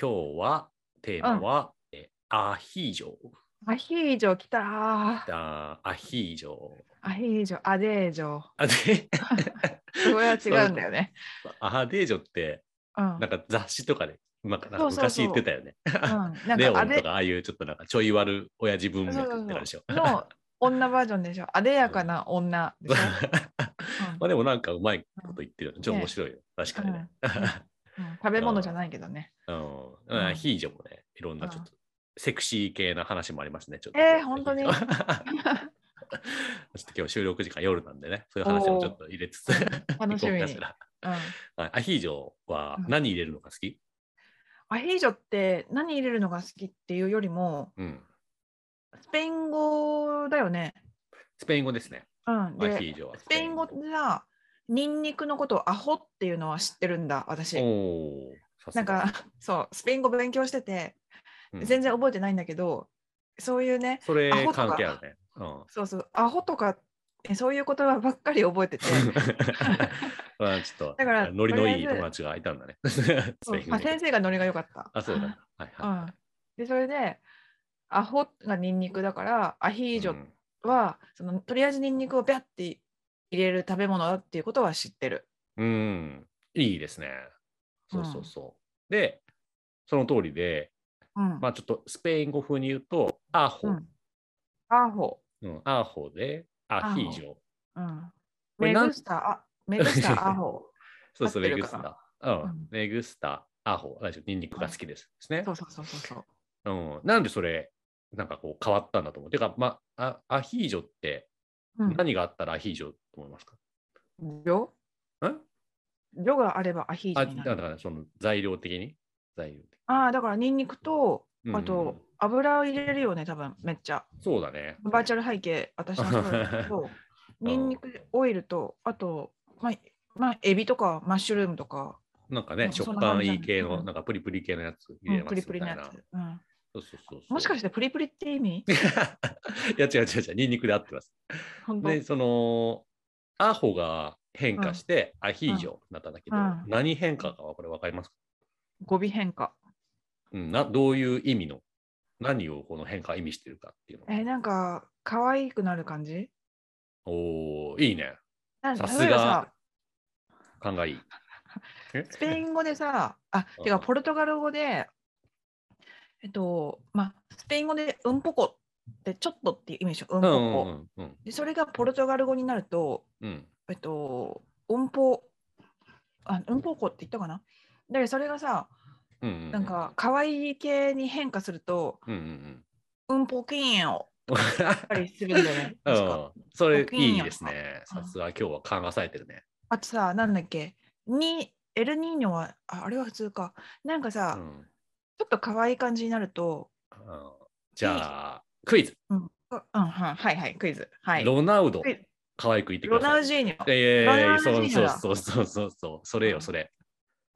今日はテーマは、えアヒージョアヒージョ来たー。だ。アヒージョ。アヒージョ、アデージョ。あで そこは違うんだよね。アデージョってうん。なんか雑誌とかでなんかなんかそうそう昔そう言ってたよね。うんなんレかオアンとデかああいうちょっとなんかちょい悪親父文そう脈そうって感じでしょ。そうの女バージョンでしょ。あでやかな女 でしょまあでもなんかうまいこと言ってるよね。ちょっと面白いよ。確かうんにね。うんうん食べ物じゃないけど ね。うんうんアヒージョもね、いろんなちょっとセクシー系な話もありますね。ちょっとえー本当に ちょっと今日収録時間夜なんでね、そういう話もちょっと入れつつおー楽しみ行こうかにしらうん、はいアヒージョは何入れるのが好きアヒージョって何入れるのが好きっていうよりもうん。スペイン語だよね。スペイン語ですね。うん、アヒでージョは。スペイン語でさニンニクのことをアホっていうのは知ってるんだ私。おーさすながんかそうスペイン語勉強しててうん全然覚えてないんだけど、そういうねそれアホとか関係あるね。うん。 そうそうアホとかえそういう言葉ばっかり覚え ててまあちょっとだからノリのいいとりあえず友達がいたんだね。ス ペイン語あ先生がノリが良かった。あ、そうだ。はいはうい。ん、でそれでアホがニンニクだからアヒージョは、そのとりあえずニンニクをビャッて入れる食べ物だっていうことは知ってる。うん、うんいいですね。そうそうそう。で、その通りで、うんまあちょっとスペイン語風に言うと、アホ、うんアホ、うんアホで、アヒージョ。うん、これメなんグスタあメグ スタアホそうそう、合っレてグるスかタな。ううんん、レグスタ、アホ、あれでしょニンニクが好きです。ですねそ。うそうそうそうそう。うん。なんでそれ、なんかこう変わったんだと思う。てか、まあ、あアヒージョってうん、何があったらアヒージョと思いますか、魚ん魚があればアヒージあ、ョだにかなる。らその材料的に材料的ああ、だからニンニクと、に。あうんうんうとん油を入れるよね、多分めっちゃ。そうだね。バーチャル背景、私のそうだけど うんニンニクオイルと、あと、まあ、まあ、エビとかマッシュルームとか、なんかうね、んそ食んな感感じいだねい系うの、んなんかプリプリ系のやつう入れん、ますプリプみリたのいやな。つ、うん。そうそうそうそう。も しかしててプリプリって意味いや違う違う違う、ニンニクで合ってます。本当、で、その、アホが変化してアヒージョになったんだけど、うん何変化かはこれ分かりますか、語尾変化。うん、などういう意味の、何をこの変化意味してるかっていうの。えーなんか、可愛くなる感じおーいいね。なさすが例えばさ、勘がいい。えスペイン語でさ、あ、うんてかポルトガル語で、えっと、まあ、スペイン語でうんぽこってちょっとっていう意味でしょ、うんうぽんこ。うんうんでそれがポルトガル語になると、うん。えっと、うんぽ、あ、うんぽこって言ったかなだけどそれがさ、うんうん。なん、か可愛い系に変化すると、うんうんうん。うんぽけんよったりするんだよね。う確かん、それ僕いいいいよですね。うさんすが今日は勘が冴えてるね。あとさ、なんだっけ、に、エルニーニョは、ああれは普通か。なんかうさ、ん、ちょっと可愛い感じになると、あじゃあ、クイズ。うん、あうん、ははいはい、クイズ。はい。ロナウドクイ、ズ可愛く言ってくロださい。ナウジーニョ。ええロナウジーそうニョそうだそうそうそうそう、それうよ、んそれ。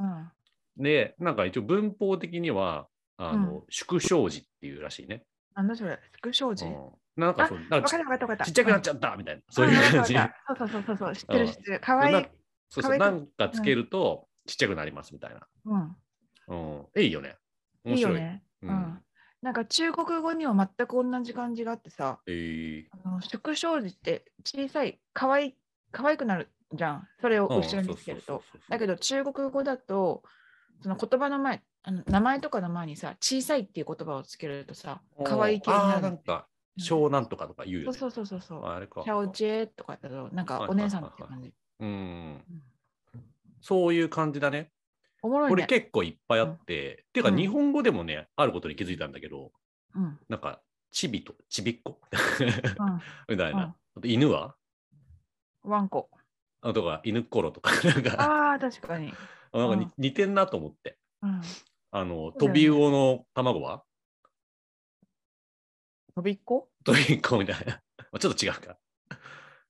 うん、で、なんか一応文法的には、あの、う縮小字っていうらしいね。なんだそれ、副小字。うわんなんかそう、なんかったわかったわかった。ちっちゃくなっちゃゃったみたいな、そういう感じ。そうそうそうそう、知ってうんる知ってる。かわいいな。そう可そう、愛くなんかつけると、ちっちゃくなりますみたいな。うん、うん、いいよね。い面いよ白い。ね。ううんん。なんか中国語には全く同じ感じがあってさ、えーあの副小字って小さい、かわいい、可愛くなるじゃん。それをうん後ろにつけるそうとそうそうそう。だけど中国語だと、その言葉の前、あの名前とかの前にさ、小さいっていう言葉をつけるとさ、可愛い系にあなーるなんか、小なんとかとか言うよそね。うそうそうそうそう。あれかシ。ャオチェとかだと、なんかお姉さんっていう感じ。うん。そういう感じだね。おもろこいれね。結構いっぱいあって、ていううかん日本語でもね、あることに気づいたんだけど、うんうんなんか、ちびと、ちびっこみたいうんな。あと犬はワンコ。あとか、犬っころとか、なんか、ああ、確かに。なんかにうん似てんなと思って。 うんあの、そうだトよねビウオの卵は 飛びっこトビウオみたいな。 まあちょっと違うか。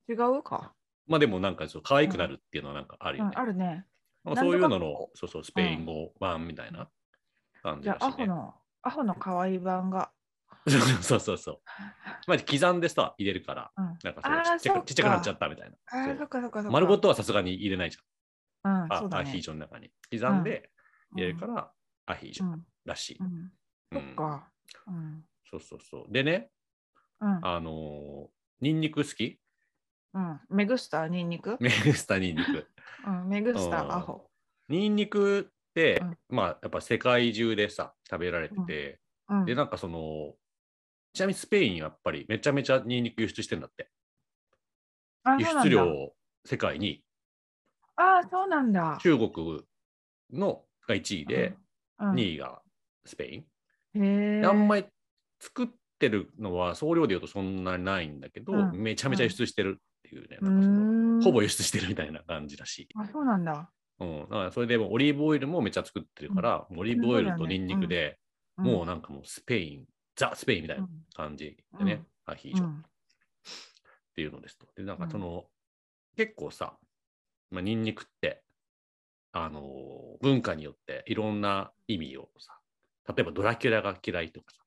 違うか。まあでもなんかちょっと可愛くなるっていうのはなんかあるうよんね、。あるね。なんかそういうのなんとのか、そうそう、スペイン語版みたいな感じじゃだあ、アしホね。の、アホの可愛い版が。 そうそうそう。まあ刻んでさ、入れるから、うんなんかあそうちーっちゃそっくかちっちゃくなっちゃったみたいな。あそあ、うそっかそっかそっか。丸ごとはさすがに入れないじうん、ゃん。そうあだアヒーね。ジョの中に。刻んで入れるから、アヒージョ。うんうんらしい。うんうそんっか。うん。そうそうそう。でね、うん。あのー、ニンニク好き うん。メグスター、ニンニク。メグスタニンニク。うん。メグスタうー、んアホ。ニンニクって、うんまあやっぱ世界中でさ食べられてて、うん。でなんかそのちなみにスペインやっぱりめちゃめちゃニンニク輸出してんだってあ輸そうなんだ出量を世界にああ、そうなんだ。中国のが1位で、うん、 2位がスペイン、へであんまり。り作ってるのは総量でいうとそんなにないんだけど、うんめちゃめちゃ輸出してるっていうね、うーなんかそのんほぼ輸出してるみたいな感じらしい。あ、そうなんだ。うん、だからそれでもうオリーブオイルもめっちゃ作ってるから、オリーブオイルとニンニクで、んもうなんかもうスペイン、ザ・スペインみたいな感じでね、アヒージョっんていうのですと。で、なんうかんその、結構さ、まあ、ニンニクって、あのー文化によっていろんな意味をさ、例えばドラキュラが嫌いとかさ、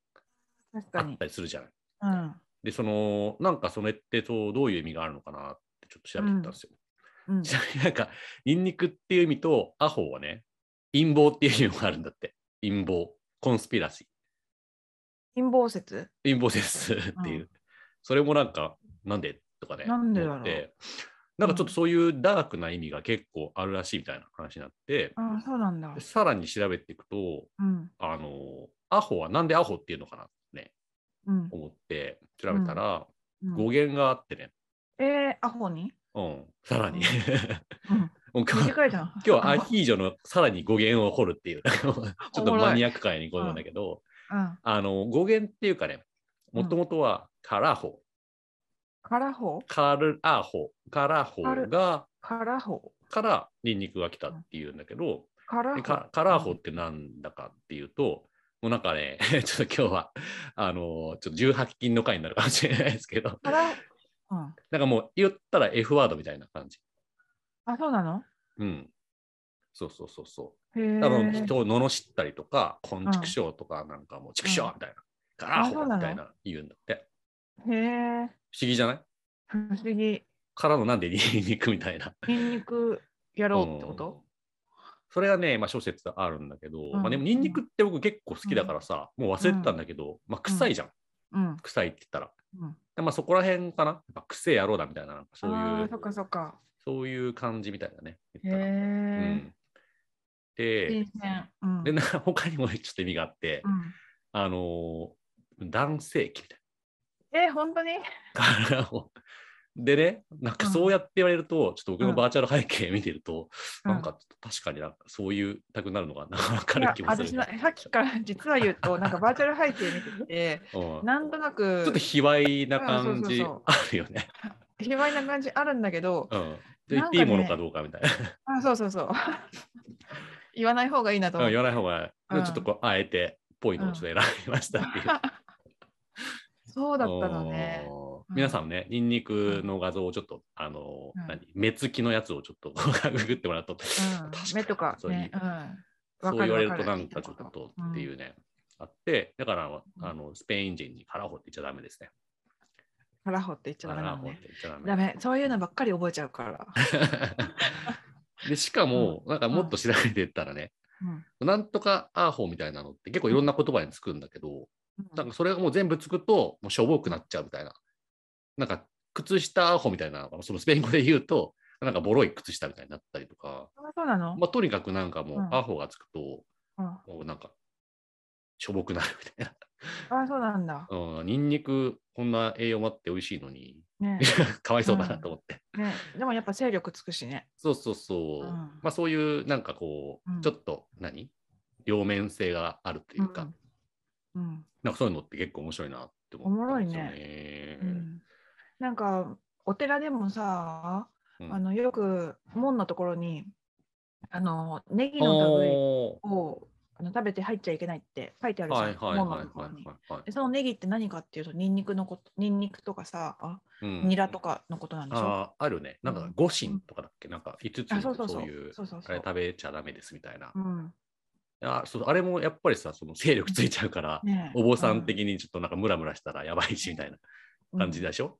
確あかっにた。りするじゃない。うんで、その、なんかそれってそうどういう意味があるのかなってちょっと調べてみたんですよ。うんちなみになんか、ニンニクっていう意味と、アホはね、陰謀っていう意味もあるんだって。陰謀、コンスピラシー。陰謀説陰謀ですっていう、うそれもなんかなんでとかねなんでだろう思ってなんかちょっとそういうダークな意味が結構あるらしいみたいな話になって、ああ、そうなんだ。さらに調べていくとうん。あのアホはなんでアホっていうのかなってねうん。思って調べたら、うん語源があってねえー、アホにうんさらに、うんう ん。もう今日は短いじゃん。今日はアヒージョのさらに語源を掘るっていう ちょっとマニアック界に行くんだけど、うん。あの語源っていうかねもともとはカラホ、カラホカルアホ、カラホが、カラホからニンニクが来たっていうんだけど、カラでホかカラホってなんだかっていうと、もうなんかね、 ちょっと今日は、あのちょっと18禁の回になるかもしれないですけど、カラうん。なんかもう言ったら F ワードみたいな感じ。あ、そうなのうん。そうそうそうそへう。多分え。人を罵ったりとか、こんちくしょうとか、なんかもうちくしょうみたいな、カラホみたいな言うんだって。へえ。不思議じゃない不思議。からのなんでニンニクみたいな。ニンニクやろうってことそれはね、まあ、諸説あるんだけど、んまあ、でもニンニクって僕結構好きだからさ、もう忘れてたんだけど、まあ、臭いじゃん、うん。臭いって言ったら。うんでまあ、そこら辺かな、やっぱ臭え野郎だみたいな、なんかそうあいあ、そっう、かそっか。そういう感じみたいだね。へ言ったらうえ。ん、で新鮮。うん。でな、他にもねちょっと意味があって、うんあのー男性器みたいえ、本当になからを。 でね、なんかそうやって言われると、ちょっと僕のバーチャル背景見てると、なんか確かになんかそういうたくなるのがわかいるや気もする私のさっきから実は言うと、なんかバーチャル背景見て て、うんなんとなく、ちょっと卑猥な感うんじそうそうあるよね。卑猥な感じあるんだけど、うん。で言っなんかねていいものかどうかみたいな。あそうそう そう。言わない方がいいなと思うんって。言わない方が、うんちょっとこう、あえて、ぽいのをちょっと選びました っていう。そうだったのね。おーうん皆さんね、ニンニクの画像をちょっと、あのー、うん何目つきのやつをちょっと こうググってもらうと、うん確かに目とかそうね。。いううんそわうか言われわるとなんかちょっとっていううんね、あって、だから、んあの、スペイン人にカラホって言っちゃダメですね。カラホって言っちゃカダメなラのホってね。言っちゃダメダ。メ。そういうのばっかり覚えちゃうから。で、しかも、なんかもっと調べてったらね、うんなんとかアーホーみたいなのって結構いろんな言葉につくんだけど、うなんんかそれがもう全部つくともうしょぼくなっちゃうみたいな。なんか靴下アーホーみたいな、そのスペイン語で言うと、なんかボロい靴下みたいになったりとか、あそうなのまあとにかくなんかもううんアーホーがつくと、うんあもうなんかしょぼくなるみたいそうなんな。だ。うん、ニンニクこんな栄養もあって美味しいのに、 ねかわいそうだなと思って。ねでもやっぱ勢力つくしね。そうそうそう。うんまあそういうなんかこう、うんちょっと何両面性があるというか、うん。なんかそういうのって結構面白いなって思ったんですよね。うんうんなんかお寺でもさ、うんあのよく門のところにあのネギの類おをあの食べて入っちゃいけないって書いてあーるじゃん、はいはい門はのいところに。はいはい。でそのネギって何かっていうとニンニクのことニンニクとかさあうんニラとかのことなんでしょ、あーあるね。なんか五神とかだっけなんか五つあそうそのうそそうういうそうそうあそれう食べちゃダメですみたいな。うんあそうあれもやっぱりさその勢力ついちゃうから、ねえお坊さん的にちょっとなんかムラムラしたらやばいしみたいな感じだ、でしょ、っ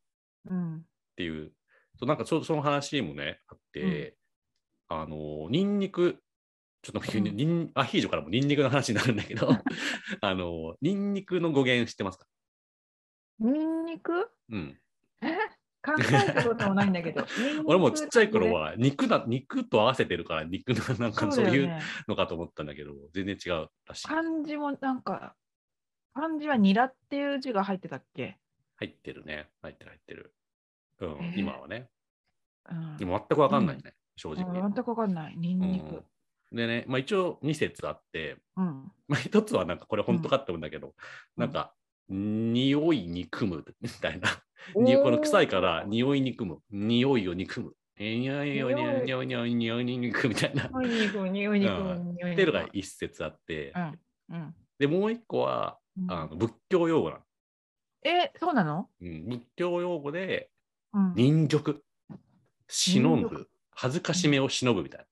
うんていう。そうなんかそその話もねあって、あのニンニクちょっと急にニンアヒージョからもニンニクの話になるんだけど、 あの、ニンニクの語源知ってますかニンニク うん。え考えたこともないんだけど。ニンニク 俺もちっちゃい頃は肉だ、肉と合わせてるから肉のなんそかうそだうよいうねのかと思ったんだけど、全然違うらしい。漢字もなんか、漢字はニラっていう字が入ってたっけ、入ってるね。入ってる入ってる。うん、えー今はね。うん、でも全くわかんないね、正直。うん全くわかんない。ニンニク。うんでね、まあ一応2節あって、うん。 まあ一つはなんかこれ本当かって思うんだけど、うんなんか、匂いに組むみたいな。 にこの臭いから匂いに組む。匂いを憎む。えー、にょいにょいにょいにょいにょいにょいに憎むみたいな。匂いにく匂いにくうん匂いにくっていうのが一節あって、うんうんで、もう一個は、うんあの仏教用語なの、え、そうなの、うん。仏教用語で、うん、忍辱。忍忍ぶ。恥ずかしめを忍ぶみたいな。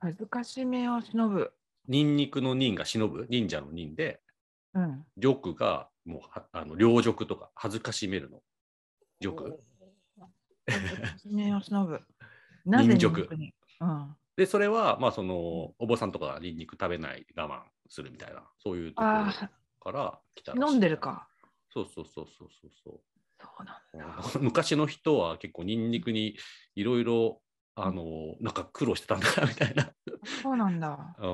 恥ずかしめを忍ぶ。ニンニクの忍が忍ぶ。忍者の忍で、うん。辱がもうはあの領辱とか恥ずかしめるの。辱。恥ずかしめを忍ぶ。なぜ忍辱にうん。でそれはまあそのお坊さんとかがニンニク食べない我慢するみたいなそういうところあから来たらしい飲んでる。か。そうそうそうそうそうそう。そうなんだ。昔の人は結構ニンニクにいろいろあのなんか苦労してたんだなみたいな。 そうなんだ。う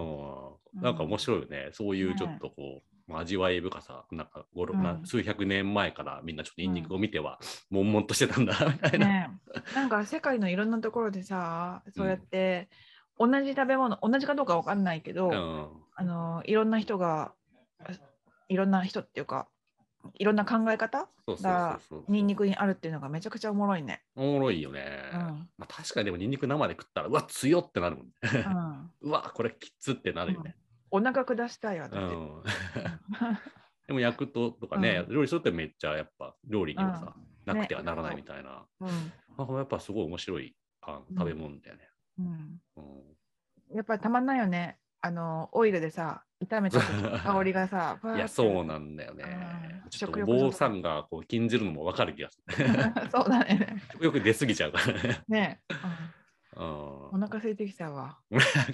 ん、なんか面白いよね、そういうちょっとこう、味わい深さなんか五六うんな数百年前からみんなちょっとニンニクを見ては、悶々としてたんだみたいな、ねえ、なんか世界のいろんなところでさ、そうやって同じ食べ物、同じかどうかわかんないけど、うんあのいろんな人が、あいろんな人っていうか、いろんな考え方そうそうそがうそうニンニクにあるっていうのがめちゃくちゃおもろいね。おもろいよね、うんまあ、確かにでもニンニク生で食ったらうわ強ってなるもんねううん、わこれきつってなるよね、お腹下したいうん 私。でも焼くととかね、料理するってめっちゃやっぱ料理にはさ、うんなくてはならないみたいな、うんなんかやっぱすごい面白いあうんの食べ物だよね、うんうんやっぱりたまんないよね。あのオイルでさ、炒めた時の香りがさ、ふわーっ いてや、そうなんだよねう。んちょっ食とお欲の坊さんがこう禁ずるのも分かる気がする。 そうだね。食欲出過ぎちゃうからね。ね、う。うんん、お腹空いてきたわ。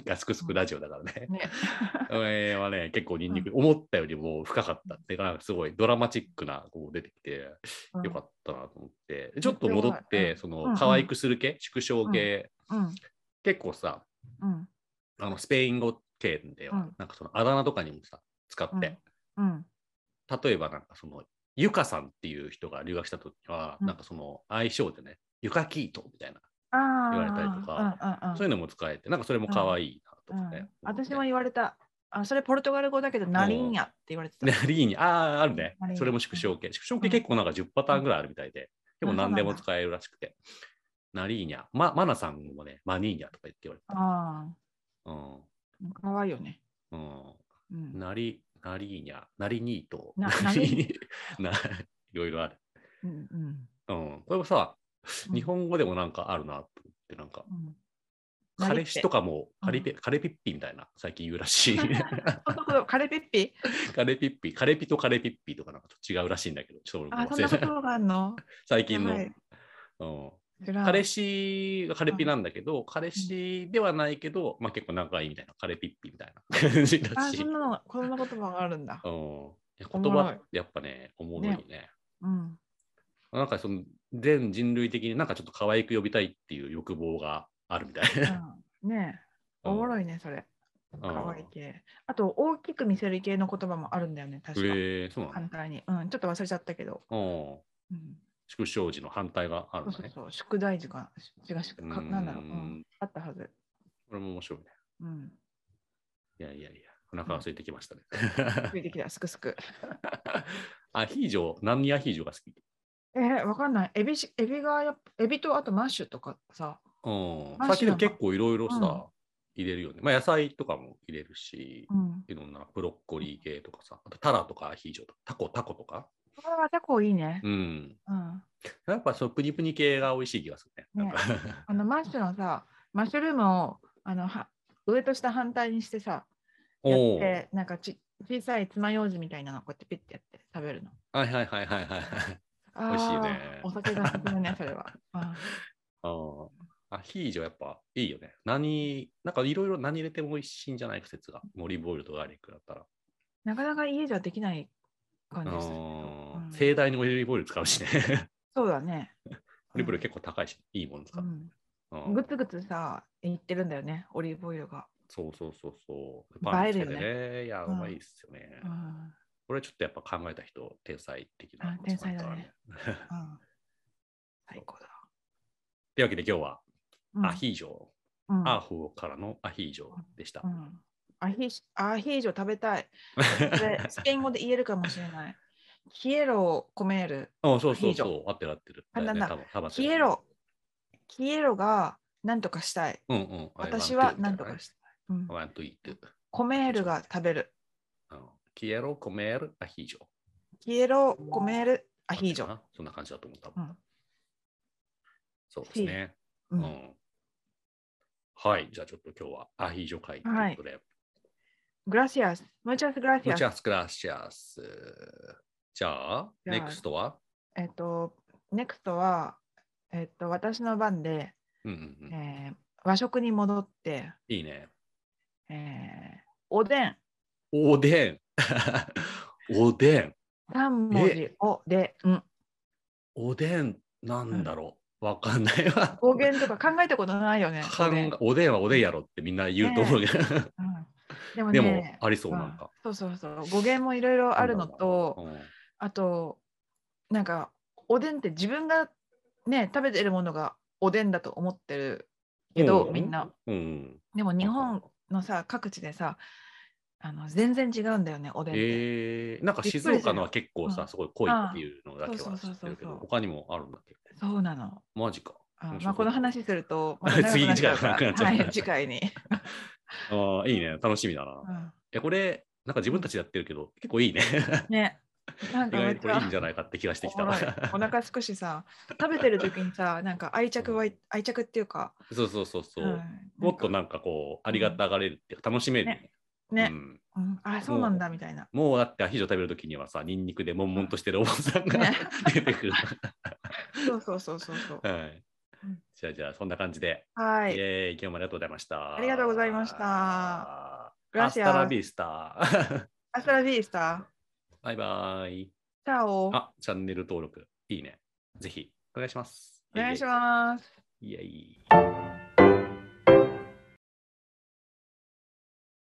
ガスクスクラジオだからね。ね。 俺はね、結構ニンニク、思ったよりも深かったっていうか、すごいドラマチックな、こう出てきて、うんよかったなと思って。ちょっと戻って、うんそうんうの、ん可愛くする系、縮小系、うん結構さ、うんあの、スペイン語系でうはん、なんかその、あだ名とかにもさ、使うっんて、うん例えばなんかそのゆかさんっていう人が留学した時は、うんなんかその相性でねゆかキートみたいな、ああ言われたりとかうんうんうん、そういうのも使えてなんかそれも可愛いなとかね、うん私も言われたあそれポルトガル語だけどナリンヤって言われてた、ねリーにあああるねあれそれも縮小系縮小系結構なんか10パターンぐらいあるみたいで、うんでも何でも使えるらしくて、ナリーニャまマナさんもねマニーニャとか言って言われた、あうんあかわいいよね、うんうん、なりなりーニャなりニート ななりないろいろある、うんうんうん、これもさうん日本語でもなんかあるなと思ってなんかうん彼氏とかもうんカレ,、カレピッピみたいな最近言うらし いそんなことカレピッピカレピッピカレピとカレピッピとかなんかちょっと違うらしいんだけどちょっと俺あも忘そんれなこたとがあるの最近の、やばいうん、知らん彼氏がカレピなんだけど、彼氏ではないけど、まあ、結構仲いいみたいなカレピッピみたいな感じらあしい、そうんん、いなのこんな言葉があるんだ、やお言もろい葉ってやっぱねおもろいねうんなんかその全人類的になんかちょっと可愛く呼びたいっていう欲望があ るみたいな、うん、ねえおもろい、いねそれうん、かわいい系あと大きく見せる系の言葉もあるんだよね確か、えー、そうな反対に、うん、ちょっと忘れちゃったけど、のうんうん、縮小時の反対があるそんだうそうね。そう、宿題時間、違う、宿かうーんなんだろう、うん、あったはず。これも面白いね。うん、いやいやいや、お腹が空いてきましたね。 ついてきた、すくすく。アヒージョ、何アヒージョが好きえー、わかんない。エビし、エビがやっぱ、エビとあとマッシュとかさ、うん。マさっジきなのの結構いろいろさ、うん入れるよね。まあ野菜とかも入れるしう、ん。いろんなブロッコリー系とかさ、あとタラとかアヒージョとか、タコ、タコとか。ああ、タコいいねう。ん。うん。やっぱそのプニプニ系が美味しい気がするね。なんねかあのマッシュのさ、マッシュルームを、あの、は上と下反対にしてさ、やっおお。はいて、なんかち小さい爪楊枝みたいなのこうやってピッてやって食べるの。はいはいはいはい。あー美味しいねお酒が進むね、それは。ああーアヒージョやっぱいいよね。何、なんかいろいろ何入れても美味しいんじゃない説が。オリーブオイルとガーリックだったら。なかなか家じゃできない感あじでするけどーうん盛大にオリーブオイル使うしね。そうだね。オリーブオイル結構高いし、いいもの使うう。ん、うんグツグツさ、いってるんだよね、オリーブオイルが。そうそうそうそう。パンにつけて映ね。いや、ううんまいっすよね。うんこれちょっとやっぱ考えた人、天才的う。なん天才だね使い方だね。うん最高だ。というわけで今日はうんア、ヒージョ、うんアーフからのアヒージョでしたう。んアヒアヒージョ食べたい。こ れスペイン語で言えるかもしれない。 キエロコメール。あそうアヒそうージそう、合ってる合ってる。あなんだだよね多分キエ。ロ。キエロが何とかしたい。多分合ってるうんうん。私は何とかしたい。うんワンとイート。コメールが食べる。キエロコメールアヒージョ。キエロコメールアヒージョ。。そんな感じだと思った。うんそうですね。ううんん。はい、じゃあちょっと今日はアヒージョ会ということで。グラシアス。ムチャスグラシムアチス。ャスクラシアス。じゃあ、じゃあネクストはえっと、ネクストは、えっと、私の番で、うんうんうん。えー和食に戻って、いいね。えーおでんおでん。おでん。 3文字おでん。おでん、なんだろう。わかんないわ。方言とか考えたことないよね。かおでんんおでんはおでんやろってみんな言うと思うけど、うんでも でもね、ありそううんなんか。そうそうそう語源もいろいろあるのとうんあとなんかおでんって自分がね食べてるものがおでんだと思ってるけど、みんな。うん。でも日本のさ各地でさあの全然違うんだよねおでんって、えー、なんか静岡のは結構うさ、んすごい濃いっていうのだけそはう知そうそうそうってるけどそう、他にもあるんだっけそうなのマジか。あ面白まそうあこの話する とまた長く次なっ次ちゃ回うか長らくなっちゃうはい次回に、ああ、いいね。楽しみだな。うんえ、これ、なんか自分たちでやってるけど、結構いい ね。ねな意んか外めっにちこれいいんじゃゃないかって気がしてきおたも。ろいお腹すくしさ食べてる時にさなんか愛着は愛着っていうか そうそうそうそう。うんもっとななんかこう、ありがたがれるっていうか、楽しめるよね。んかうね、んうんあそうなんだみたいなもうだってアヒージョ食べるときにはさ、ニンニクで悶々としてるおばさんがね 出て くる。そうそうそうそうそうはいうん。じゃあじゃあ、そんな感じで、はえーい今日もありがとうございました。ありがとうございましたた。グラシアアスタラビスタ。アスタラビースタ バイバイ。チャオおあ、チャンネル登録、いいね。ぜひ、お願いします。願いしますイエイ。イエイ